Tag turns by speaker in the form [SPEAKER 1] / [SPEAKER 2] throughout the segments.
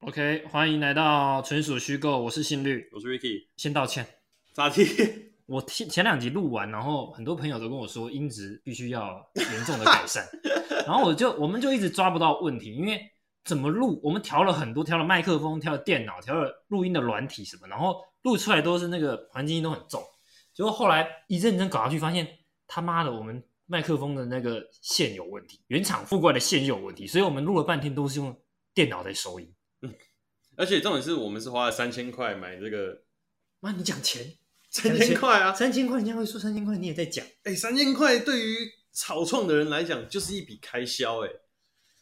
[SPEAKER 1] OK，欢迎来到纯属虚构，我是信律。
[SPEAKER 2] 我是 Ricky，
[SPEAKER 1] 先道歉，
[SPEAKER 2] 咋地？
[SPEAKER 1] 我前前两集录完，然后很多朋友都跟我说音质必须要严重的改善，然后我就我们就一直抓不到问题，因为怎么录，我们调了很多，调了麦克风，调了电脑，调了录音的软体什么，然后录出来都是那个环境音都很重，结果后来一认真搞下去，发现他妈的我们麦克风的那个线有问题，原厂附过来的线有问题，所以我们录了半天都是用电脑在收音。
[SPEAKER 2] 而且重点是我们是花了三千块买这个，
[SPEAKER 1] 妈，你讲钱，
[SPEAKER 2] 三千块啊！
[SPEAKER 1] 三千块，人家会说三千块，你也在讲。
[SPEAKER 2] 哎、三千块对于草创的人来讲就是一笔开销哎、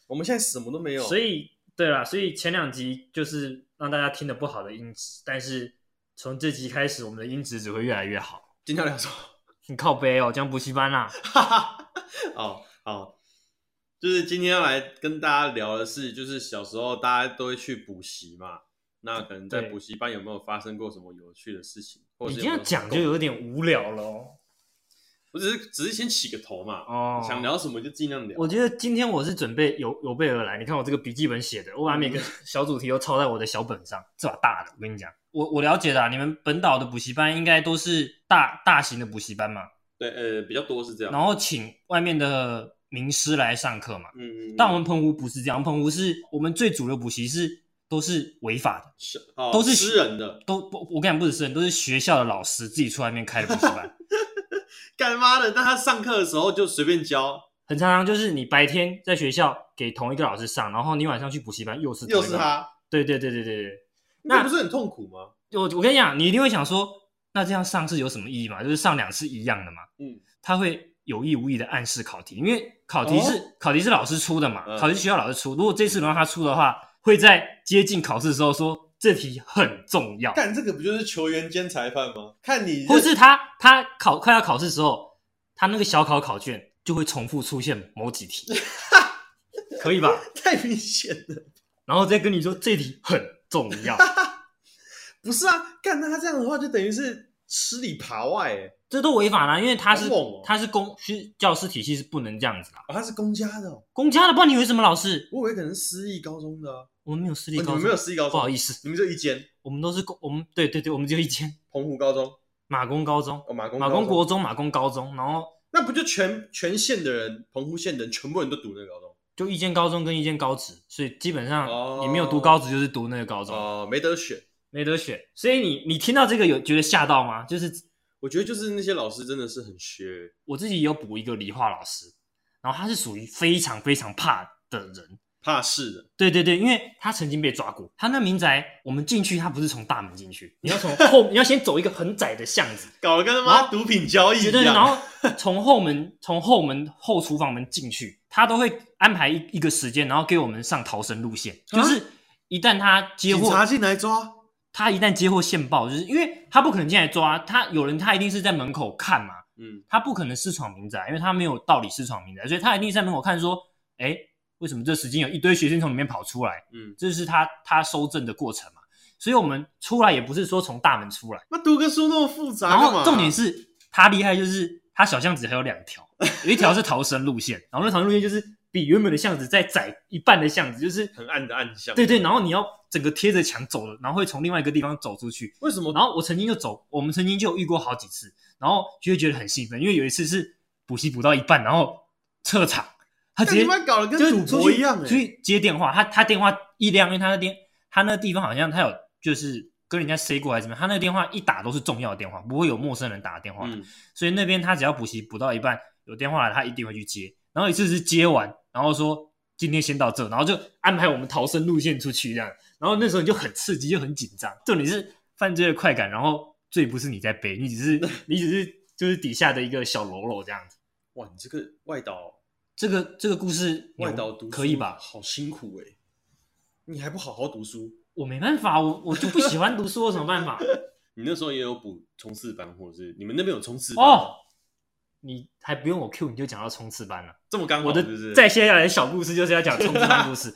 [SPEAKER 2] 我们现在什么都没有，
[SPEAKER 1] 所以对哦啦，所以前两集就是让大家听的不好的音质，但是从这集开始，我们的音质只会越来越好。
[SPEAKER 2] 今天要聊什么？
[SPEAKER 1] 你靠背哦，讲补习班啦、
[SPEAKER 2] 哈哈，哦好，就是今天要来跟大家聊的是，就是小时候大家都会去补习嘛，那可能在
[SPEAKER 1] 对
[SPEAKER 2] 补习班有没有发生过什么有趣的事情？或者
[SPEAKER 1] 你
[SPEAKER 2] 是
[SPEAKER 1] 这
[SPEAKER 2] 有没
[SPEAKER 1] 样
[SPEAKER 2] 有
[SPEAKER 1] 讲就有点无聊了哦。
[SPEAKER 2] 我只是只是先起个头嘛，
[SPEAKER 1] 哦
[SPEAKER 2] 想聊什么就尽量聊。
[SPEAKER 1] 我觉得今天我是准备有有备而来。你看我这个笔记本写的，我把每个小主题都抄在我的小本上，这把大的。我跟你讲，我我了解的、啊，你们本岛的补习班应该都是大大型的补习班嘛，
[SPEAKER 2] 对，呃，比较多是这样。
[SPEAKER 1] 然后请外面的名师来上课嘛。
[SPEAKER 2] 嗯，嗯嗯
[SPEAKER 1] 但我们澎湖不是这样，澎湖是我们最主流补习是都是违法的，
[SPEAKER 2] 是哦
[SPEAKER 1] 都是
[SPEAKER 2] 私人的，
[SPEAKER 1] 都不我跟你讲不只是人，都是学校的老师自己出外面开的补习班，
[SPEAKER 2] 干妈的。但他上课的时候就随便教，
[SPEAKER 1] 很常常就是你白天在学校给同一个老师上，然后你晚上去补习班又是同一
[SPEAKER 2] 又
[SPEAKER 1] 个
[SPEAKER 2] 是，他，
[SPEAKER 1] 对对对对对对，那
[SPEAKER 2] 那不是很痛苦吗？
[SPEAKER 1] 我我跟你讲，你一定会想说，那这样上是有什么意义嘛？就是上两次一样的嘛，
[SPEAKER 2] 嗯，
[SPEAKER 1] 他会有意无意的暗示考题，因为考题是、考题是老师出的嘛，
[SPEAKER 2] 哦嗯
[SPEAKER 1] 考题学校老师出，如果这次轮到他出的话，会在接近考试的时候说这题很重要。
[SPEAKER 2] 干这个不就是球员兼裁判吗？看你
[SPEAKER 1] 或是他他考快要考试的时候，他那个小考考卷就会重复出现某几 题，可以吧？
[SPEAKER 2] 太明显了，
[SPEAKER 1] 然后再跟你说这题很重要，
[SPEAKER 2] 不是啊？干那他这样的话，就等于是吃里扒外、欸，
[SPEAKER 1] 这都违法啦，因为他是
[SPEAKER 2] 好猛哦
[SPEAKER 1] 他是公是教师体系是不能这样子啦。
[SPEAKER 2] 哦，他是公家的、哦，
[SPEAKER 1] 公家的，不然你以为什么老师？
[SPEAKER 2] 我以为可能是私立高中的啊，
[SPEAKER 1] 我们没有私立高
[SPEAKER 2] 哦你
[SPEAKER 1] 中，
[SPEAKER 2] 们没有私立高中，
[SPEAKER 1] 不好意
[SPEAKER 2] 思，
[SPEAKER 1] 思，
[SPEAKER 2] 你们就一间
[SPEAKER 1] 我们都是公，我们对对对，我们就一间
[SPEAKER 2] 澎湖高中，
[SPEAKER 1] 马工高中、
[SPEAKER 2] 哦马公
[SPEAKER 1] 马
[SPEAKER 2] 高
[SPEAKER 1] 工
[SPEAKER 2] 中
[SPEAKER 1] 国，中、马工高中，然后
[SPEAKER 2] 那不就全全县的人，澎湖县的人全部人都读那个高中
[SPEAKER 1] 就一间高中跟一间高职，所以基本上
[SPEAKER 2] 哦
[SPEAKER 1] 你没有读高职就是读那个高中。
[SPEAKER 2] 哦、没得选。
[SPEAKER 1] 没得选。所以你你听到这个有觉得吓到吗？就是
[SPEAKER 2] 我觉得就是那些老师真的是很削，
[SPEAKER 1] 我自己有补一个理化老师，然后他是属于非常非常怕的人。
[SPEAKER 2] 怕事的，
[SPEAKER 1] 对对对，因为他曾经被抓过。他那民宅，我们进去，他不是从大门进去，你要从后， 你要先走一个很窄的巷子，
[SPEAKER 2] 搞得跟他
[SPEAKER 1] 然
[SPEAKER 2] 妈
[SPEAKER 1] 后
[SPEAKER 2] 毒品交易一
[SPEAKER 1] 对对，
[SPEAKER 2] 样。
[SPEAKER 1] 然后从后门，从后门后厨房门进去，他都会安排一一个时间，然后给我们上逃生路线，就是一旦他接
[SPEAKER 2] 啊警
[SPEAKER 1] 获
[SPEAKER 2] 察进来抓，
[SPEAKER 1] 他一旦接获线报，就是因为他不可能进来抓他，有人他一定是在门口看嘛，
[SPEAKER 2] 嗯，
[SPEAKER 1] 他不可能私闯民宅，因为他没有道理私闯民宅，所以他一定在门口看说，哎，为什么这时间有一堆学生从里面跑出来？
[SPEAKER 2] 嗯，
[SPEAKER 1] 这是他他收证的过程嘛。所以我们出来也不是说从大门出来，
[SPEAKER 2] 那读个书那么复杂
[SPEAKER 1] 然
[SPEAKER 2] 干嘛，
[SPEAKER 1] 后
[SPEAKER 2] 啊
[SPEAKER 1] 重点是他厉害就是他小巷子还有两条，有一条是逃生路线，然后那逃生路线就是比原本的巷子再窄一半的巷子，就是
[SPEAKER 2] 很暗的暗巷。
[SPEAKER 1] 对对，然后你要整个贴着墙走的，然后会从另外一个地方走出去，
[SPEAKER 2] 为什么？
[SPEAKER 1] 然后我曾经就走，我们曾经就有遇过好几次，然后就会觉得很兴奋，因为有一次是补习补到一半，然后撤场，他直
[SPEAKER 2] 干你
[SPEAKER 1] 接
[SPEAKER 2] 妈搞得跟
[SPEAKER 1] 就是
[SPEAKER 2] 赌
[SPEAKER 1] 出
[SPEAKER 2] 博
[SPEAKER 1] 去
[SPEAKER 2] 一样哎、
[SPEAKER 1] 出去接电话，他他电话一亮，因为他那电他那个地方好像他有就是跟人家 say 过还是怎么样，他那个电话一打都是重要的电话，不会有陌生人打的电话，
[SPEAKER 2] 嗯，
[SPEAKER 1] 所以那边他只要补习补到一半有电话来，他一定会去接，然后一次是接完，然后说今天先到这，然后就安排我们逃生路线出去这样，然后那时候你就很刺激，就很紧张，重点是犯罪的快感，然后罪不是你在背，你只 是你只是就是底下的一个小喽啰这样子。
[SPEAKER 2] 哇，你这个外岛
[SPEAKER 1] 这个这个故事
[SPEAKER 2] 外岛
[SPEAKER 1] 有
[SPEAKER 2] 读书
[SPEAKER 1] 可以吧？
[SPEAKER 2] 好辛苦哎、你还不好好读书？
[SPEAKER 1] 我没办法，我我就不喜欢读书，我有什么办 法？
[SPEAKER 2] 你那时候也有补冲刺班，或者是你们那边有冲刺班吗
[SPEAKER 1] 哦，，你还不用我 Q，你就讲到冲刺班了。
[SPEAKER 2] 这么刚好
[SPEAKER 1] 我的
[SPEAKER 2] 是不是？
[SPEAKER 1] 再接下来的小故事就是要讲冲刺班故事。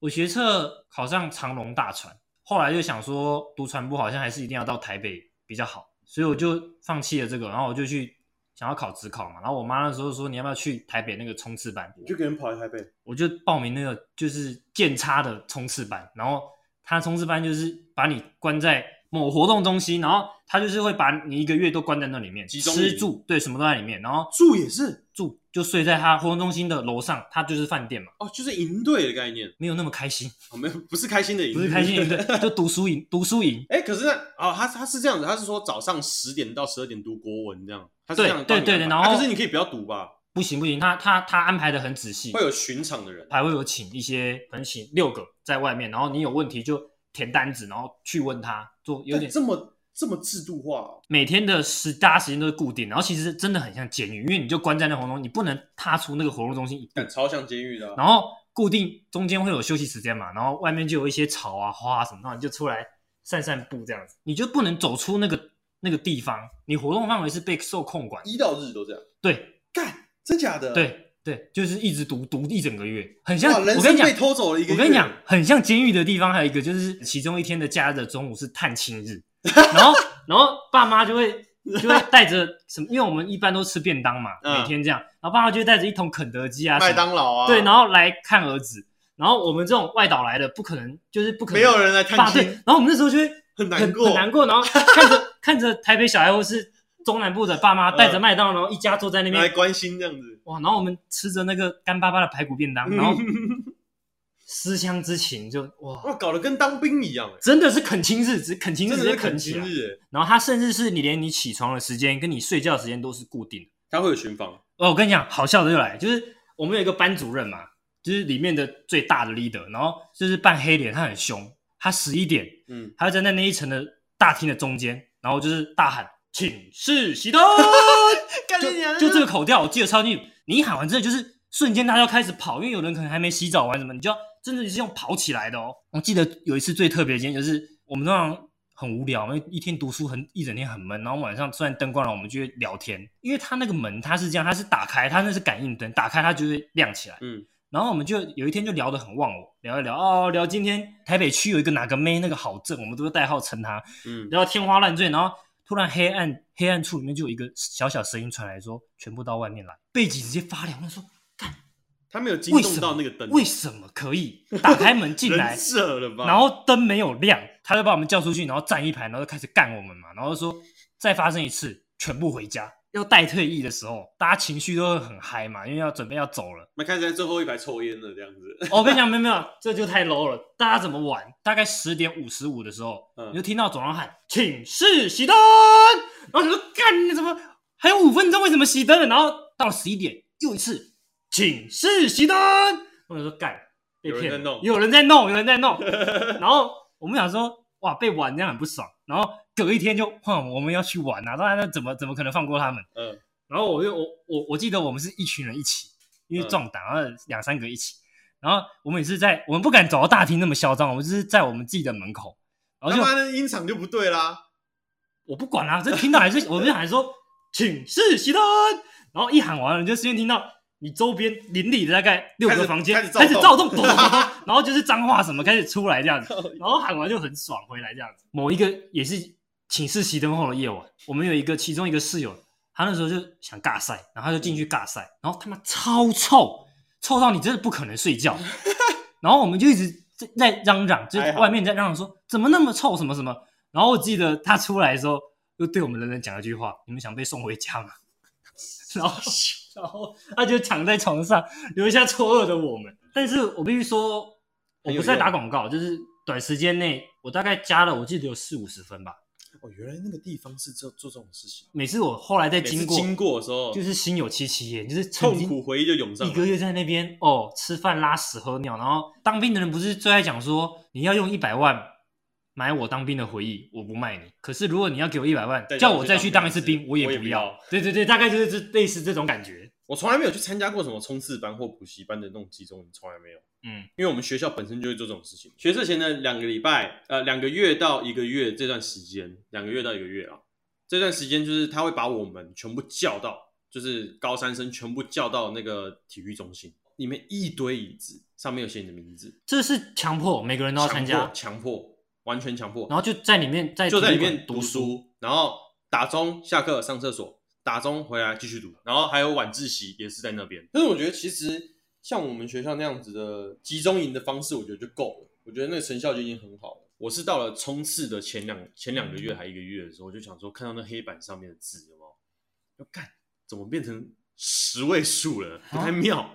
[SPEAKER 1] 我学测考上长隆大船，后来就想说读传播好像还是一定要到台北比较好，所以我就放弃了这个，然后我就去想要考职考嘛。然后我妈那时候说你要不要去台北那个冲刺班，
[SPEAKER 2] 你就给人跑来台北，
[SPEAKER 1] 我就报名那个就是建差的冲刺班，然后他冲刺班就是把你关在某活动中心，然后他就是会把你一个月都关在那里面，
[SPEAKER 2] 集中
[SPEAKER 1] 吃
[SPEAKER 2] 营
[SPEAKER 1] 住对什么都在里面，然后
[SPEAKER 2] 住也是
[SPEAKER 1] 住就睡在他活动中心的楼上，他就是饭店嘛，
[SPEAKER 2] 哦，就是营队的概念，
[SPEAKER 1] 没有那么开心，
[SPEAKER 2] 哦、没有不是开心的营，
[SPEAKER 1] 不是开心营对，就读书营，读书营。
[SPEAKER 2] 哎、可是那哦，他他是这样子，他是说早上十点到十二点读国文这样，他是
[SPEAKER 1] 对
[SPEAKER 2] 这样帮你
[SPEAKER 1] 对对对
[SPEAKER 2] 安排
[SPEAKER 1] 然后
[SPEAKER 2] 啊可是你可以不要读吧，
[SPEAKER 1] 不行不行，他他他安排的很仔细
[SPEAKER 2] 会，有巡场的人，
[SPEAKER 1] 还会有请一些，可能请六个在外面，然后你有问题就填单子，然后去问他，做有
[SPEAKER 2] 但
[SPEAKER 1] 点
[SPEAKER 2] 这么这么制度化、哦，
[SPEAKER 1] 每天的时大家时间都是固定，然后其实真的很像监狱，因为你就关在那活动中，你不能踏出那个活动中心一步，
[SPEAKER 2] 干超像监狱的啊、
[SPEAKER 1] 然后固定中间会有休息时间嘛，然后外面就有一些草啊、花啊什么，然后你就出来散散步这样子，你就不能走出那个那个地方，你活动范围是被受控管的，
[SPEAKER 2] 一到日都这样，
[SPEAKER 1] 对
[SPEAKER 2] 干真假的？，
[SPEAKER 1] 对对，就是一直读读一整个月，很像
[SPEAKER 2] 哇，人
[SPEAKER 1] 我跟
[SPEAKER 2] 生
[SPEAKER 1] 你讲
[SPEAKER 2] 被。偷走了一个
[SPEAKER 1] 我
[SPEAKER 2] 月，
[SPEAKER 1] 跟你讲，很像监狱的地方，还有一个就是其中一天的假日的中午是探亲 日，然后然后爸妈就会就会带着什么，因为我们一般都吃便当嘛，
[SPEAKER 2] 嗯
[SPEAKER 1] 每天这样，然后爸妈就会带着一桶肯德基啊，
[SPEAKER 2] 麦当劳啊，
[SPEAKER 1] 劳对，然
[SPEAKER 2] 后
[SPEAKER 1] 后来看儿子，然后我们这种外岛来的不可能就是不可能
[SPEAKER 2] 没有人来探
[SPEAKER 1] 爸对，
[SPEAKER 2] 亲，
[SPEAKER 1] 然后我们那时候就会
[SPEAKER 2] 很难
[SPEAKER 1] 很
[SPEAKER 2] 过，
[SPEAKER 1] 很难过，然后看着 看着台北小孩或是中南部的爸
[SPEAKER 2] 嗯
[SPEAKER 1] 妈带着麦当劳，然后一家坐在那
[SPEAKER 2] 来
[SPEAKER 1] 边，
[SPEAKER 2] 关心这样子，
[SPEAKER 1] 哇，然后我们吃着那个干巴巴的排骨便当，然后。
[SPEAKER 2] 嗯
[SPEAKER 1] 思乡之情就哇，
[SPEAKER 2] 哇，搞得跟当兵一样、欸，
[SPEAKER 1] 真的是恳亲日，只恳亲日
[SPEAKER 2] 真
[SPEAKER 1] 直
[SPEAKER 2] 的
[SPEAKER 1] 接
[SPEAKER 2] 是
[SPEAKER 1] 恳
[SPEAKER 2] 恳
[SPEAKER 1] 起
[SPEAKER 2] 亲
[SPEAKER 1] 来。
[SPEAKER 2] 日、欸，
[SPEAKER 1] 然后它甚至是你连你起床的时间跟你睡觉的时间都是固定的。
[SPEAKER 2] 他会有巡防，
[SPEAKER 1] 哦，我跟你讲，好笑的就来，就是我们有一个班主任嘛，就是里面的最大的 leader，然后就是扮黑脸，他很凶，他十一点
[SPEAKER 2] 嗯，
[SPEAKER 1] 他会站在那一层的大厅的中间，然后就是大喊“请示熄灯”，
[SPEAKER 2] 干你娘
[SPEAKER 1] 就就这个口调，我记得超清楚。你一喊完，真的就是瞬间大家要开始跑，因为有人可能还没洗澡完啊什么，你就要真的是用跑起来的哦。我记得有一次最特别的经验，就是我们通常很无聊，因为一天读书很一整天很闷，然后晚上虽然灯关了，我们就会聊天，因为它那个门它是这样，它是打开，它那是感应灯，打开它就会亮起来。
[SPEAKER 2] 嗯，
[SPEAKER 1] 然后我们就有一天就聊得很忘我，聊一聊哦，聊今天台北区有一个哪个妹那个好正，我们都会代号称她。
[SPEAKER 2] 嗯，
[SPEAKER 1] 然后天花乱坠，然后突然黑暗黑暗处里面就有一个小小声音传来说：“全部到外面来。”背景直接发凉，我说
[SPEAKER 2] 他没有惊
[SPEAKER 1] 为什
[SPEAKER 2] 动
[SPEAKER 1] 么
[SPEAKER 2] 到那个灯，
[SPEAKER 1] 为什么可以打开门进来
[SPEAKER 2] 人，设了吧？
[SPEAKER 1] 然后灯没有亮，他就把我们叫出去，然后站一排，然后就开始干我们嘛，然后说再发生一次，全部回家。要带退役的时候，大家情绪都会很嗨嘛，因为要准备要走了。
[SPEAKER 2] 那开始在最后一排抽烟了这样 子，
[SPEAKER 1] 哦我跟你讲，没有没有，这就太 low 了。大家怎么玩？大概十点五十五的时候，
[SPEAKER 2] 嗯
[SPEAKER 1] 你就听到走廊喊“请示熄灯”，然后你说：“干，你怎么还有五分钟？为什么熄灯了？”然后到了十一点又一次“请示熄灯”，我想说干被
[SPEAKER 2] 有人
[SPEAKER 1] 骗
[SPEAKER 2] 在
[SPEAKER 1] 了，
[SPEAKER 2] 弄
[SPEAKER 1] 有人在弄，有人在弄。 然后我们想说，哇，被玩这样很不爽。然后隔一天就，哼，我们要去玩啊，当然那怎么怎么可能放过他们？
[SPEAKER 2] 嗯，
[SPEAKER 1] 然后我就我我我记得我们是一群人一起，因
[SPEAKER 2] 嗯
[SPEAKER 1] 为撞档，然后两三个一起。然后我们也是在，我们不敢走到大厅那么嚣张，我们就是在我们自己的门口，然
[SPEAKER 2] 他
[SPEAKER 1] 后就
[SPEAKER 2] 妈的音场就不对啦，
[SPEAKER 1] 我不管啦、这听到还是我们就喊说请示熄灯，然后一喊完了，你就瞬间听到你周边邻里的大概六
[SPEAKER 2] 开
[SPEAKER 1] 个
[SPEAKER 2] 始
[SPEAKER 1] 房间
[SPEAKER 2] 开始
[SPEAKER 1] 开始
[SPEAKER 2] 躁
[SPEAKER 1] 躁
[SPEAKER 2] 动
[SPEAKER 1] 动， 咚咚咚咚然后就是脏话什么开始出来这样子，然后喊完就很爽回来这样子。某一个也是寝室熄灯后的夜晚，我们有一个其中一个室友，他那时候就想尬赛，然后他就进去尬赛，然后他妈超臭，臭到你真的不可能睡觉。 然后我们就一直在在嚷嚷，就是
[SPEAKER 2] 还好
[SPEAKER 1] 外面在嚷嚷说怎么那么臭什么什么。然后我记得他出来的时候，又对我们人人讲了一句话：“你们想被送回家吗？” 然后，然后他就躺在床上，留下错愕的我们。但是我必须说，我
[SPEAKER 2] 很有
[SPEAKER 1] 不是在打广告，就是短时间内，我大概加了，我记得有四五十分吧。
[SPEAKER 2] 哦，原来那个地方是做做这种事情，
[SPEAKER 1] 每次我后来再
[SPEAKER 2] 每次
[SPEAKER 1] 经过，
[SPEAKER 2] 经过的时候，
[SPEAKER 1] 就是心有戚戚焉，就是曾
[SPEAKER 2] 痛
[SPEAKER 1] 经
[SPEAKER 2] 苦回忆就涌上
[SPEAKER 1] 一个
[SPEAKER 2] 来，
[SPEAKER 1] 月在那边哦，吃饭、拉屎、喝尿，然后当兵的人不是最爱讲说，你要用一百万买我当兵的回忆，我不卖你。可是如果你要给我一百万
[SPEAKER 2] 再，
[SPEAKER 1] 叫
[SPEAKER 2] 让
[SPEAKER 1] 我
[SPEAKER 2] 我去
[SPEAKER 1] 再去当一
[SPEAKER 2] 当兵一
[SPEAKER 1] 次
[SPEAKER 2] 次
[SPEAKER 1] 兵，我
[SPEAKER 2] 我也
[SPEAKER 1] 也
[SPEAKER 2] 不
[SPEAKER 1] 不
[SPEAKER 2] 要
[SPEAKER 1] 要。对对对，大概就是这类似这种感觉。
[SPEAKER 2] 我从来没有去参加过什么冲刺班或补习班的那种集中营，从来没有。
[SPEAKER 1] 嗯，
[SPEAKER 2] 因为我们学校本身就会做这种事情。学测前的两个礼拜，呃，两个月到一个月这段时间，两个月到一个月啊，这段时间就是他会把我们全部叫到，就是高三生全部叫到那个体育中心，里面一堆椅子，上面有写你的名字，
[SPEAKER 1] 这是强迫每个人都要参
[SPEAKER 2] 强
[SPEAKER 1] 加
[SPEAKER 2] 迫，，强迫，完全强迫，
[SPEAKER 1] 然后就在里面在
[SPEAKER 2] 就在
[SPEAKER 1] 图
[SPEAKER 2] 里
[SPEAKER 1] 书馆
[SPEAKER 2] 面
[SPEAKER 1] 读
[SPEAKER 2] 读，书，然后打钟下课上厕所，打钟回来继续读，然后还有晚自习也是在那边。但是我觉得其实像我们学校那样子的集中营的方式，我觉得就够了。我觉得那个成效就已经很好了。我是到了冲刺的前两前两个月还一个月的时候，我就想说，看到那黑板上面的字有没有，要干怎么变成十位数了，不太妙。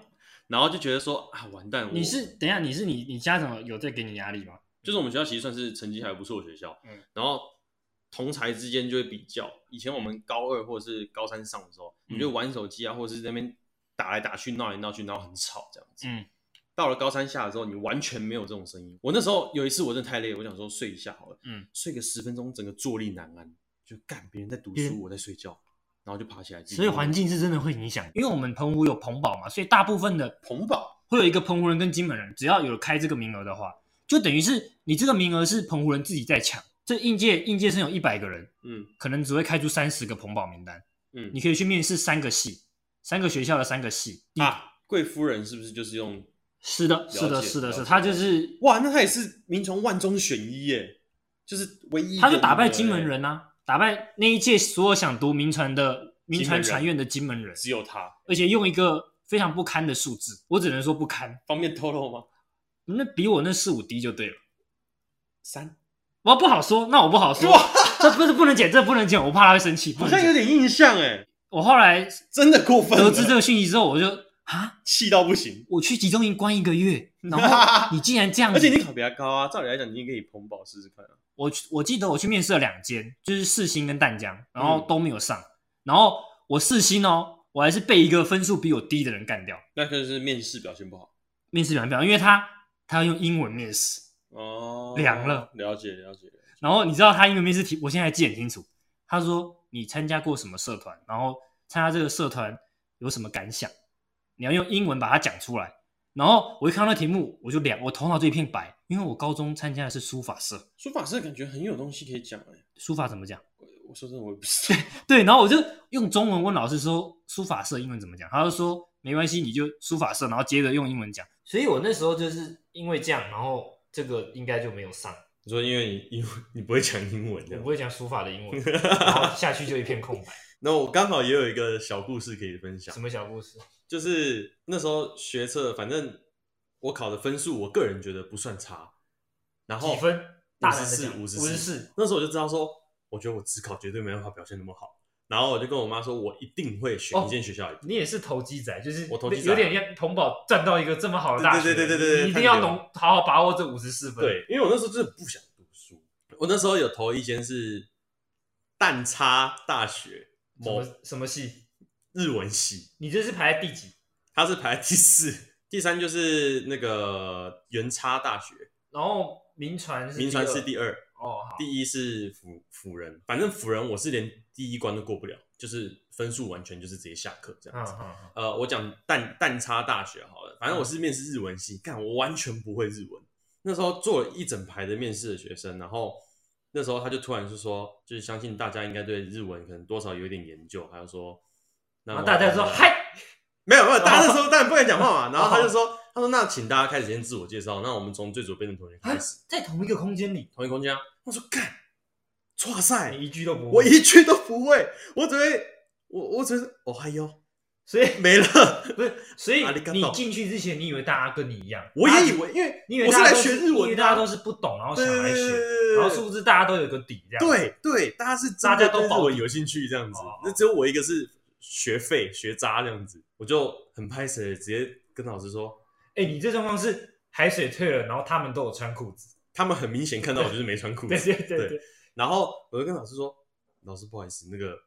[SPEAKER 2] 然后就觉得说啊，完蛋！我
[SPEAKER 1] 你是等一下，你是你你家长有在给你压力吗？
[SPEAKER 2] 就是我们学校其实算是成绩还不错的学校，
[SPEAKER 1] 嗯
[SPEAKER 2] 然后同才之间就会比较。以前我们高二或者是高三上的时候，我
[SPEAKER 1] 嗯
[SPEAKER 2] 们就玩手机啊，或者是在那边打来打去、闹来闹去，然后很吵这样子。
[SPEAKER 1] 嗯，
[SPEAKER 2] 到了高三下的时候，你完全没有这种声音。我那时候有一次我真的太累了，我想说睡一下好了，
[SPEAKER 1] 嗯，
[SPEAKER 2] 睡个十分钟，整个坐立难安，就干别人在读
[SPEAKER 1] 别
[SPEAKER 2] 书，
[SPEAKER 1] 人
[SPEAKER 2] 我在睡觉，然后就爬起来自己
[SPEAKER 1] 所以
[SPEAKER 2] 弄
[SPEAKER 1] 环境是真的会影响，因为我们澎湖有澎保嘛，所以大部分的
[SPEAKER 2] 棚保
[SPEAKER 1] 会有一个澎湖人跟金门人，只要有开这个名额的话，就等于是你这个名额是澎湖人自己在抢。这应届应届生有一百个人，
[SPEAKER 2] 嗯
[SPEAKER 1] 可能只会开出三十个澎保名单，
[SPEAKER 2] 嗯
[SPEAKER 1] 你可以去面试三个系，三个学校的三个系。
[SPEAKER 2] 啊，贵夫人是不是就是用
[SPEAKER 1] 是的，是
[SPEAKER 2] 了
[SPEAKER 1] 的，
[SPEAKER 2] 解
[SPEAKER 1] 是的，
[SPEAKER 2] 了
[SPEAKER 1] 是
[SPEAKER 2] 解
[SPEAKER 1] 的，他就是
[SPEAKER 2] 哇，那他也是名从万中选一耶，就是唯一一
[SPEAKER 1] 他
[SPEAKER 2] 个
[SPEAKER 1] 就打败
[SPEAKER 2] 赢得
[SPEAKER 1] 金门
[SPEAKER 2] 耶，
[SPEAKER 1] 人啊，打败那一届所有想读民传的民
[SPEAKER 2] 金门
[SPEAKER 1] 传
[SPEAKER 2] 人
[SPEAKER 1] 传院的金门人，
[SPEAKER 2] 只有他。
[SPEAKER 1] 而且用一个非常不堪的数字，我只能说不堪，
[SPEAKER 2] 方便透露吗？
[SPEAKER 1] 那比我那四五低就对了。
[SPEAKER 2] 三，
[SPEAKER 1] 我不好说，那我不好说
[SPEAKER 2] 哇，
[SPEAKER 1] 这不是不能剪，这不能剪，我怕他会生气。不
[SPEAKER 2] 好
[SPEAKER 1] 能
[SPEAKER 2] 像
[SPEAKER 1] 剪
[SPEAKER 2] 有点印象哎，
[SPEAKER 1] 我后来
[SPEAKER 2] 真的过分了，
[SPEAKER 1] 得知这个讯息之后，我就啊，
[SPEAKER 2] 气到不行。
[SPEAKER 1] 我去集中营关一个月，然 后你竟然这样子，
[SPEAKER 2] 而且你考比他高啊，照理来讲你也可以彭宝试试看啊。
[SPEAKER 1] 我去我记得我去面试了两间，就是四星跟淡江，然
[SPEAKER 2] 嗯
[SPEAKER 1] 后都没有上，然后我四星哦，我还是被一个分数比我低的人干掉，
[SPEAKER 2] 那就是面试表现不好
[SPEAKER 1] 面试表表，因为他他要用英文面试，
[SPEAKER 2] 哦，
[SPEAKER 1] 凉了，
[SPEAKER 2] 了解了解。
[SPEAKER 1] 然后你知道他英文面试题，我现在还记得很清楚。他说你参加过什么社团，然后参加这个社团有什么感想，你要用英文把它讲出来。然后我一看到那题目，我就两，我头脑就一片白，因为我高中参加的是书法社，
[SPEAKER 2] 书法社感觉很有东西可以讲哎，
[SPEAKER 1] 书法怎么讲？
[SPEAKER 2] 我我说真的我也不知道。
[SPEAKER 1] 对，然后我就用中文问老师说书法社英文怎么讲，他就说没关系，你就书法社，然后接着用英文讲。所以我那时候就是因为这样，然后这个应该就没有上，
[SPEAKER 2] 你说因为你英文你不会讲英文
[SPEAKER 1] 我不会讲书法的英文，然后下去就一片 空白。
[SPEAKER 2] 那我刚好也有一个小故事可以分享
[SPEAKER 1] 什，么小故事？
[SPEAKER 2] 就是那时候学测，反正我考的分数，我个人觉得不算差。然后
[SPEAKER 1] 几分？大胆的讲，
[SPEAKER 2] 五十
[SPEAKER 1] 五十
[SPEAKER 2] 四，五十四。
[SPEAKER 1] 四。
[SPEAKER 2] 那时候我就知道说，我觉得我只考绝对没办法表现那么好。然后我就跟我妈说，我一定会
[SPEAKER 1] 哦
[SPEAKER 2] 选一间学校。
[SPEAKER 1] 你也是投机仔，就是
[SPEAKER 2] 我投机仔
[SPEAKER 1] 有
[SPEAKER 2] 啊
[SPEAKER 1] 点像童宝站到一个这么好的大学，
[SPEAKER 2] 对对对对对对
[SPEAKER 1] 你一定要
[SPEAKER 2] 太牛了
[SPEAKER 1] 懂，好好把握这五十四分。，
[SPEAKER 2] 对，因为我那时候真的不想读书。我那时候有投一间是淡差大学
[SPEAKER 1] 什
[SPEAKER 2] 某
[SPEAKER 1] 么什么系？
[SPEAKER 2] 日文系，
[SPEAKER 1] 你这是排在第几？
[SPEAKER 2] 它是排第四，第三就是那个原差大 学，
[SPEAKER 1] 然后民传是
[SPEAKER 2] 民传
[SPEAKER 1] 二
[SPEAKER 2] 是第二，
[SPEAKER 1] 哦，好，
[SPEAKER 2] 第一是辅辅仁，反正辅仁我是连第一关都过不了，就是分数完全就是直接下课这
[SPEAKER 1] 嗯
[SPEAKER 2] 样子。
[SPEAKER 1] 嗯嗯，
[SPEAKER 2] 呃，我讲淡淡差大学好了，反正我是面试日文系，干我完全不会日文。那时候做了一整排的面试的学生，然后那时候他就突然就说，就是相信大家应该对日文可能多少有一点研究，他就说，那
[SPEAKER 1] 然后
[SPEAKER 2] 我
[SPEAKER 1] 大家说嗨，哦
[SPEAKER 2] 没有没有，大家那时候当然不敢讲话嘛，然后他就说，他说那请大家开始先自我介绍，那我们从最左边的同学开始，
[SPEAKER 1] 啊在同一个空间里，
[SPEAKER 2] 同一空间啊，我说干，哇塞，
[SPEAKER 1] 你一句都不
[SPEAKER 2] 哎我
[SPEAKER 1] 会，
[SPEAKER 2] 一句都不会，我只会我我只是哦嗨哟
[SPEAKER 1] 所以
[SPEAKER 2] 没了。
[SPEAKER 1] 不是，所以
[SPEAKER 2] 阿里嘎多
[SPEAKER 1] 你进去之前，你以为大家跟你一样，
[SPEAKER 2] 我也以
[SPEAKER 1] 为，
[SPEAKER 2] 为，因为
[SPEAKER 1] 你以为
[SPEAKER 2] 我是
[SPEAKER 1] 大家
[SPEAKER 2] 来
[SPEAKER 1] 都
[SPEAKER 2] 学日
[SPEAKER 1] 你以为
[SPEAKER 2] 文的
[SPEAKER 1] 大
[SPEAKER 2] 啊，
[SPEAKER 1] 家都是不懂，然后
[SPEAKER 2] 对
[SPEAKER 1] 想
[SPEAKER 2] 对
[SPEAKER 1] 来
[SPEAKER 2] 对
[SPEAKER 1] 学，
[SPEAKER 2] 对
[SPEAKER 1] 然后殊不知大家都有个底，这样子
[SPEAKER 2] 对对，大家是真
[SPEAKER 1] 大家
[SPEAKER 2] 的
[SPEAKER 1] 都
[SPEAKER 2] 对
[SPEAKER 1] 保
[SPEAKER 2] 日文
[SPEAKER 1] 底
[SPEAKER 2] 有兴趣这样子
[SPEAKER 1] 哦，
[SPEAKER 2] 那只有我一个是学废学渣这样子，我就很拍谁，直接跟老师说，
[SPEAKER 1] 哎、你这状况是海水退了，然后他们都有穿裤子。
[SPEAKER 2] 他们很明显看到我就是没穿裤
[SPEAKER 1] 对
[SPEAKER 2] 子，
[SPEAKER 1] 对对对，
[SPEAKER 2] 然后我就跟老师说，老师不好意思，那个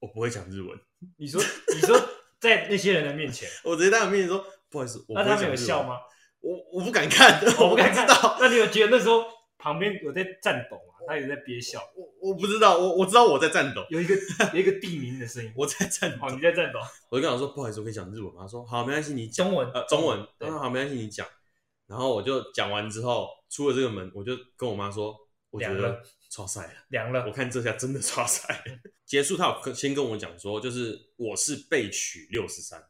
[SPEAKER 2] 我不会讲日文，
[SPEAKER 1] 你说你说在那些人的面前，
[SPEAKER 2] 我直接在他们面前说，不好意思，我
[SPEAKER 1] 那
[SPEAKER 2] 不
[SPEAKER 1] 他
[SPEAKER 2] 会讲
[SPEAKER 1] 们有
[SPEAKER 2] 日
[SPEAKER 1] 笑
[SPEAKER 2] 文？
[SPEAKER 1] 吗？
[SPEAKER 2] 我哦我不敢看，
[SPEAKER 1] 我不
[SPEAKER 2] 不
[SPEAKER 1] 敢
[SPEAKER 2] 敢
[SPEAKER 1] 看
[SPEAKER 2] 知道。。
[SPEAKER 1] 那你有觉得那时候旁边有在颤抖吗？他有在憋笑，
[SPEAKER 2] 我我不知道，我我知道我在颤抖，
[SPEAKER 1] 有一个有一个地名的声音。
[SPEAKER 2] 我在颤抖
[SPEAKER 1] 哦，。你在颤抖，
[SPEAKER 2] 我就跟他说，不好意思，我可以讲日文吗？他说好，没关系，你讲
[SPEAKER 1] 中文
[SPEAKER 2] 呃中文。他
[SPEAKER 1] 对
[SPEAKER 2] 说好，没关系，你讲。然后我就讲完之后，出了这个门，我就跟我妈说，我觉
[SPEAKER 1] 凉了
[SPEAKER 2] 得超赛了，
[SPEAKER 1] 凉了
[SPEAKER 2] 我。看这下真的 超赛。结束，他有跟先跟我讲说，就是我是被取六十三，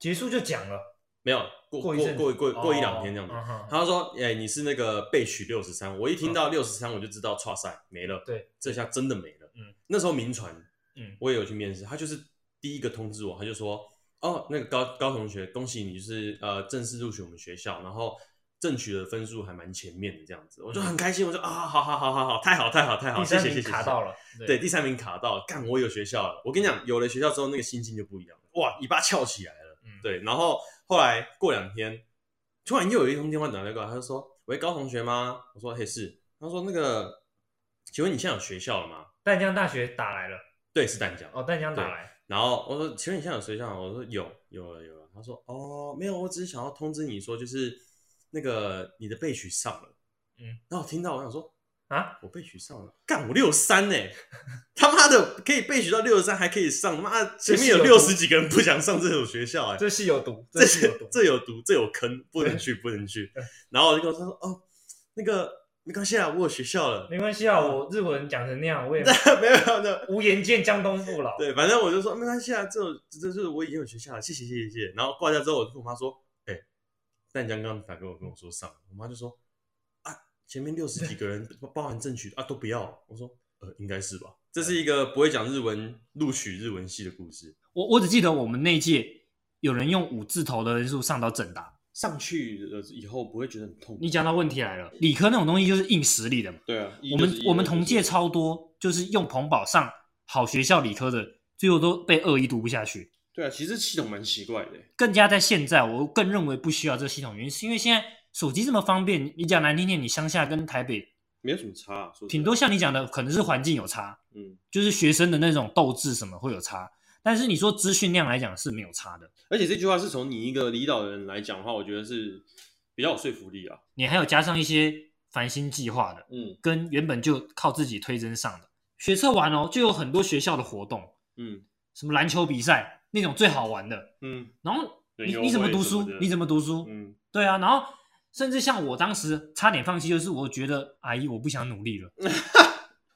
[SPEAKER 1] 结束就讲了，
[SPEAKER 2] 没有过
[SPEAKER 1] 过
[SPEAKER 2] 过
[SPEAKER 1] 一阵子
[SPEAKER 2] 过过过一两天这样子。
[SPEAKER 1] 哦嗯哼
[SPEAKER 2] 他说：“哎、你是那个被取六十三。”我一听到六十三，我就知道差赛没了。
[SPEAKER 1] 嗯对，
[SPEAKER 2] 这下真的没了。
[SPEAKER 1] 嗯，
[SPEAKER 2] 那时候民传，
[SPEAKER 1] 嗯
[SPEAKER 2] 我也有去面试，他就是第一个通知我，他就说：“哦，那个高高同学，恭喜你，就是呃正式入选我们学校，然后争取的分数还蛮前面的这样子，我就很开心，我说啊，好好好好好，太好太好太
[SPEAKER 1] 嗯
[SPEAKER 2] 好，
[SPEAKER 1] 第
[SPEAKER 2] 谢
[SPEAKER 1] 三
[SPEAKER 2] 谢谢
[SPEAKER 1] 名
[SPEAKER 2] 谢。
[SPEAKER 1] 卡到了，
[SPEAKER 2] 对，，第三名卡到，干我有学校了。我跟你讲，有了学校之后，那个心情就不一样了，哇，尾巴翘起来了。
[SPEAKER 1] 嗯，
[SPEAKER 2] 对，然后后来过两天，突然又有一通电话打来过来，他就说：“喂，高同学吗？”我说：“嘿，是。”他说：“那个，请问你现在有学校了吗
[SPEAKER 1] 淡江大学打来了，？”
[SPEAKER 2] 对，是淡江。
[SPEAKER 1] 哦，淡江打
[SPEAKER 2] 对
[SPEAKER 1] 来，
[SPEAKER 2] 然后我说：“请问你现在有学校吗？”我说：“有，有了，有了。”他说：“哦，没有，我只是想要通知你说，就是那个你的被取上了。”
[SPEAKER 1] 嗯，
[SPEAKER 2] 然后我听到我想说，
[SPEAKER 1] 啊，
[SPEAKER 2] 我被取上了，干我六三呢， 他妈的可以被取到六十三，还可以上，他妈的前面
[SPEAKER 1] 这是
[SPEAKER 2] 有
[SPEAKER 1] 有
[SPEAKER 2] 六
[SPEAKER 1] 毒
[SPEAKER 2] 十几个人不想上这所学校哎、
[SPEAKER 1] 这戏有毒，
[SPEAKER 2] 这
[SPEAKER 1] 戏有
[SPEAKER 2] 是
[SPEAKER 1] 毒，嗯
[SPEAKER 2] 这有毒，这有坑，不能去，不能去。 然后我就跟他说，哦，那个没关系啊，我有学校了，
[SPEAKER 1] 没关系啊，我日文讲成那样，我也
[SPEAKER 2] 没有没有没有，
[SPEAKER 1] 无颜见江东父老，
[SPEAKER 2] 对，反正我就说没关系啊，这种这这就是我已经有学校了，谢谢谢谢谢谢。然后挂掉之后，我就跟我妈说，哎、淡江刚打给我跟我说上，我妈就说啊，前面六十几个人包含正取的啊都不要，我说呃应该是吧。这是一个不会讲日文录取日文系的故事。
[SPEAKER 1] 我我只记得我们那一届有人用五字头的人数上到正大。
[SPEAKER 2] 上去了以后不会觉得很痛苦
[SPEAKER 1] 你讲到问题来了，理科那种东西就是硬实力的嘛。
[SPEAKER 2] 对啊，一
[SPEAKER 1] 我
[SPEAKER 2] 就
[SPEAKER 1] 们
[SPEAKER 2] 是一
[SPEAKER 1] 我们
[SPEAKER 2] 二就
[SPEAKER 1] 同
[SPEAKER 2] 是
[SPEAKER 1] 届
[SPEAKER 2] 二
[SPEAKER 1] 超多，就是用彭宝上好学校理科的，最后都被恶意读不下去。
[SPEAKER 2] 对啊，其实系统蛮奇怪的欸。
[SPEAKER 1] 更加在现在，我更认为不需要这个系统，原因是因为现在手机这么方便。你讲难听点，你乡下跟台北
[SPEAKER 2] 没有什么差、啊，说实在
[SPEAKER 1] 挺多，像你讲的，可能是环境有差，
[SPEAKER 2] 嗯，
[SPEAKER 1] 就是学生的那种斗志什么会有差，但是你说资讯量来讲是没有差的。
[SPEAKER 2] 而且这句话是从你一个离岛的人来讲的话，我觉得是比较有说服力啊。
[SPEAKER 1] 你还有加上一些繁星计划的，
[SPEAKER 2] 嗯
[SPEAKER 1] 跟原本就靠自己推甄上的。学测完哦，就有很多学校的活动，
[SPEAKER 2] 嗯
[SPEAKER 1] 什么篮球比赛那种最好玩的。
[SPEAKER 2] 嗯
[SPEAKER 1] 然后
[SPEAKER 2] 人
[SPEAKER 1] 你
[SPEAKER 2] 优
[SPEAKER 1] 你怎么
[SPEAKER 2] 惠
[SPEAKER 1] 读
[SPEAKER 2] 什
[SPEAKER 1] 书
[SPEAKER 2] 么的？
[SPEAKER 1] 你怎么读书？
[SPEAKER 2] 嗯，
[SPEAKER 1] 对啊，然后甚至像我当时差点放弃，就是我觉得阿姨我不想努力了，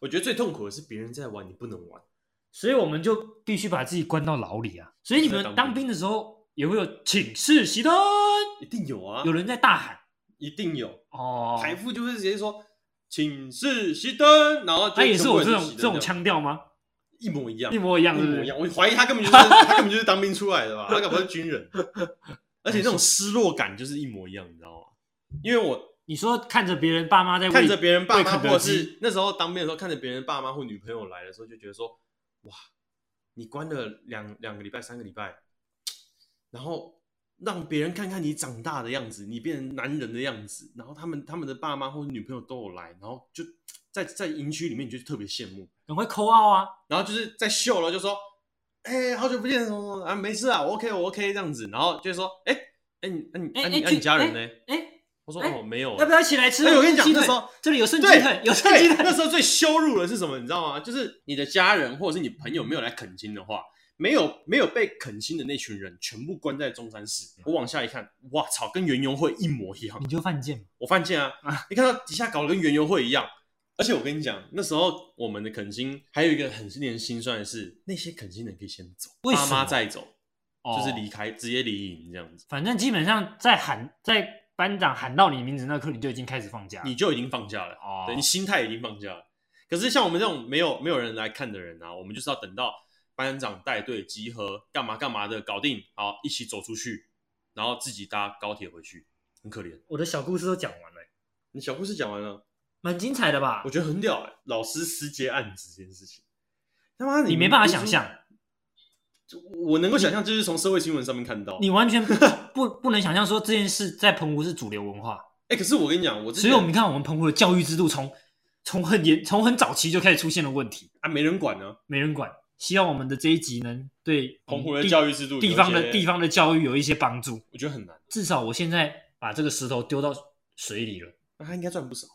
[SPEAKER 2] 我觉得最痛苦的是别人在玩，你不能玩。
[SPEAKER 1] 所以我们就必须把自己关到牢里啊。所以你们
[SPEAKER 2] 当
[SPEAKER 1] 当
[SPEAKER 2] 兵
[SPEAKER 1] 兵的时候也会有请示熄灯，
[SPEAKER 2] 一定有啊，
[SPEAKER 1] 有人在大喊
[SPEAKER 2] 一定有。
[SPEAKER 1] 哦，
[SPEAKER 2] 台富就会直接说请示熄灯，然后就
[SPEAKER 1] 他也
[SPEAKER 2] 全
[SPEAKER 1] 是
[SPEAKER 2] 部
[SPEAKER 1] 我
[SPEAKER 2] 人
[SPEAKER 1] 这
[SPEAKER 2] 都
[SPEAKER 1] 种
[SPEAKER 2] 熄
[SPEAKER 1] 这
[SPEAKER 2] 灯
[SPEAKER 1] 种腔调吗？
[SPEAKER 2] 一模一样，
[SPEAKER 1] 一模一样，
[SPEAKER 2] 一
[SPEAKER 1] 是不
[SPEAKER 2] 模一
[SPEAKER 1] 是？
[SPEAKER 2] 样。我怀疑他根本就是他根本就是当兵出来的吧，他搞不好是 军人。而且那种失落感就是一模一样，你知道吗？因为我
[SPEAKER 1] 你说看着别人爸妈在喂
[SPEAKER 2] 看着别人爸
[SPEAKER 1] 喂
[SPEAKER 2] 妈，
[SPEAKER 1] 肯
[SPEAKER 2] 或
[SPEAKER 1] 德
[SPEAKER 2] 者
[SPEAKER 1] 基
[SPEAKER 2] 是那时候当兵的时候，看着别人爸妈或女朋友来的时候，就觉得说，哇，你关了两两个礼拜、三个礼拜，然后让别人看看你长大的样子，你变成男人的样子，然后他们他们的爸妈或者女朋友都有来，然后就在在营区里面，你就特别羡慕，
[SPEAKER 1] 很会抠奥啊，
[SPEAKER 2] 然后就是在秀了，就说，哎、好久不见，什么什么啊，没事啊，我 OK，我 OK 这样子，然后就说，哎、哎、你哎、你哎、
[SPEAKER 1] 哎
[SPEAKER 2] 你、
[SPEAKER 1] 哎
[SPEAKER 2] 啊你
[SPEAKER 1] 去
[SPEAKER 2] 家人呢？
[SPEAKER 1] 哎，
[SPEAKER 2] 我说、
[SPEAKER 1] 哎
[SPEAKER 2] 哦，没有，
[SPEAKER 1] 要不要一起来吃？
[SPEAKER 2] 哎我跟你讲
[SPEAKER 1] 鸡
[SPEAKER 2] 那
[SPEAKER 1] 腿
[SPEAKER 2] 时候
[SPEAKER 1] 这里有剩鸡
[SPEAKER 2] 对
[SPEAKER 1] 腿， 有剩
[SPEAKER 2] 对，
[SPEAKER 1] 鸡腿，
[SPEAKER 2] 那时候最羞辱的是什么？你知道吗？就是你的家人或者是你朋友没有来恳亲的话，没有没有被恳亲的那群人全部关在中山市。
[SPEAKER 1] 嗯
[SPEAKER 2] 我往下一看，哇操，跟园游会一模一样
[SPEAKER 1] 你。就犯贱。
[SPEAKER 2] 我犯 贱啊！你看到底下搞得跟园游会一样。而且我跟你讲，那时候我们的恳亲还有一个很令人心酸的是，那些恳亲人可以先走，
[SPEAKER 1] 为
[SPEAKER 2] 爸
[SPEAKER 1] 什
[SPEAKER 2] 妈
[SPEAKER 1] 么
[SPEAKER 2] 再走，就是
[SPEAKER 1] 哦
[SPEAKER 2] 离开，直接离营这样子，
[SPEAKER 1] 反正基本上在喊在班长喊到你名字那刻，你就已经开始放假。
[SPEAKER 2] 你就已经放假了。
[SPEAKER 1] 哦
[SPEAKER 2] 对你心态已经放下了。可是像我们这种没有没有人来看的人啊，我们就是要等到班长带队集合，干嘛干嘛的搞定，好一起走出去，然后自己搭高铁回去，很可怜。
[SPEAKER 1] 我的小故事都讲完了，
[SPEAKER 2] 你小故事讲完了，
[SPEAKER 1] 蛮精彩的吧
[SPEAKER 2] 我？觉得很屌哎、老师私接案子这件事情，他妈
[SPEAKER 1] 你没办法想，象，
[SPEAKER 2] 就我能够想象就是从社会新闻上面看到。
[SPEAKER 1] 你完全不 不能想象说这件事在澎湖是主流文化。
[SPEAKER 2] 哎、可是我跟你讲，我之
[SPEAKER 1] 所
[SPEAKER 2] 前
[SPEAKER 1] 以我们看我们澎湖的教育制度从从很严从很早期就开始出现了问题，
[SPEAKER 2] 啊没人管呢、
[SPEAKER 1] 没人管。希望我们的这一集能对
[SPEAKER 2] 澎湖的
[SPEAKER 1] 嗯地
[SPEAKER 2] 教育制度有一些
[SPEAKER 1] 地方的地方的教育有一些帮助。
[SPEAKER 2] 我觉得很难。
[SPEAKER 1] 至少我现在把这个石头丢到水里了。
[SPEAKER 2] 那他应该赚不少，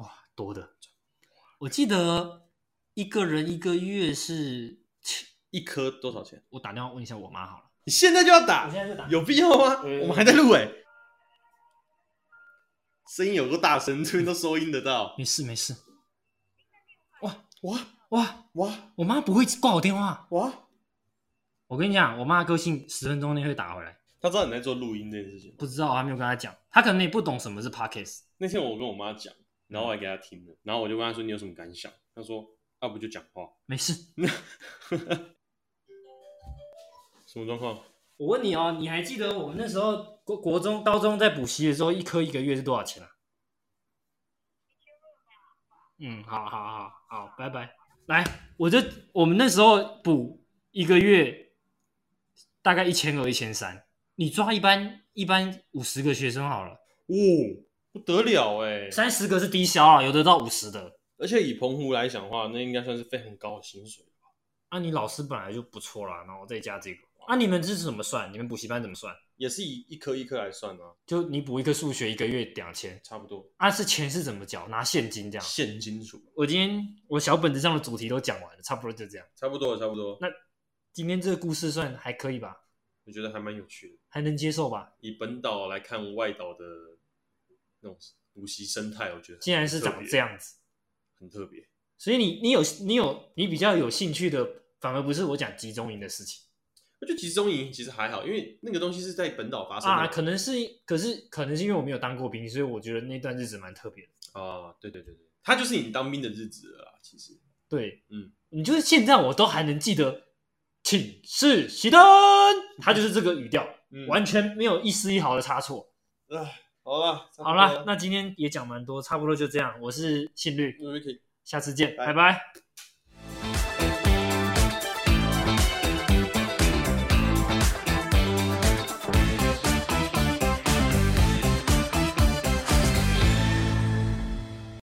[SPEAKER 1] 哇，多的。我记得一个人一个月是，
[SPEAKER 2] 一颗多少钱？
[SPEAKER 1] 我打电话问一下我妈好了。
[SPEAKER 2] 你现在就要打，
[SPEAKER 1] 在就打
[SPEAKER 2] 有必要吗？
[SPEAKER 1] 嗯
[SPEAKER 2] 我们还在录哎，声音有个大声，这边都收音得到。
[SPEAKER 1] 没事没事。哇
[SPEAKER 2] 哇
[SPEAKER 1] 哇，
[SPEAKER 2] 哇
[SPEAKER 1] 我妈不会挂我电话。
[SPEAKER 2] 哇！
[SPEAKER 1] 我跟你讲，我妈个性十分钟内会打回来。
[SPEAKER 2] 他知道你在做录音这件事情。
[SPEAKER 1] 不知道，我还没有跟她讲，她可能也不懂什么是 podcast。
[SPEAKER 2] 那天我跟我妈讲，然后我还给她听了，然后我就问她说你有什么感想？她说啊要、不就讲话。
[SPEAKER 1] 没事，
[SPEAKER 2] 什么状况？
[SPEAKER 1] 我问你哦，你还记得我们那时候国国中、高中在补习的时候，一科一个月是多少钱啊？嗯，好好好好，拜拜。来，我就我们那时候补一个月大概一千二、一千三，你抓一班一班五十个学生好了，
[SPEAKER 2] 哦，不得了哎！
[SPEAKER 1] 三十个是低消啊，有的到五十的。
[SPEAKER 2] 而且以澎湖来讲的话，那应该算是非常高的薪水。
[SPEAKER 1] 啊，你老师本来就不错啦，然后再加这个。啊，你们这是怎么算？你们补习班怎么算？
[SPEAKER 2] 也是以一科一科来算啊，
[SPEAKER 1] 就你补一个数学一个月两千，
[SPEAKER 2] 差不多。
[SPEAKER 1] 啊，是钱是怎么缴？拿现金这样。
[SPEAKER 2] 现金属，
[SPEAKER 1] 我今天我小本子上的主题都讲完了，差不多就这样。
[SPEAKER 2] 差不多，差不多。
[SPEAKER 1] 那今天这个故事算还可以吧，
[SPEAKER 2] 我觉得还蛮有趣的。
[SPEAKER 1] 还能接受吧？
[SPEAKER 2] 以本岛来看外岛的那种补习生态，我觉得
[SPEAKER 1] 竟然是长这
[SPEAKER 2] 样，
[SPEAKER 1] 样子，
[SPEAKER 2] 很特别。
[SPEAKER 1] 所以你你有你有你比较有兴趣的，反而不是我讲集中营的事情
[SPEAKER 2] 我觉得集中营其实还好，因为那个东西是在本岛发生的
[SPEAKER 1] 啊，可能是可是可能是因为我没有当过兵，所以我觉得那段日子蛮特别的。
[SPEAKER 2] 啊对对对对，它就是你当兵的日子了啦，其实。
[SPEAKER 1] 对，
[SPEAKER 2] 嗯，
[SPEAKER 1] 你就是现在我都还能记得，请是熄灯，他就是这个语调，
[SPEAKER 2] 嗯
[SPEAKER 1] 完全没有一丝一毫的差错。
[SPEAKER 2] 好了，差不多
[SPEAKER 1] 好啦，那今天也讲蛮多，差不多就这样。我是信律，
[SPEAKER 2] 我们可以
[SPEAKER 1] 下次见，
[SPEAKER 2] 拜
[SPEAKER 1] 拜拜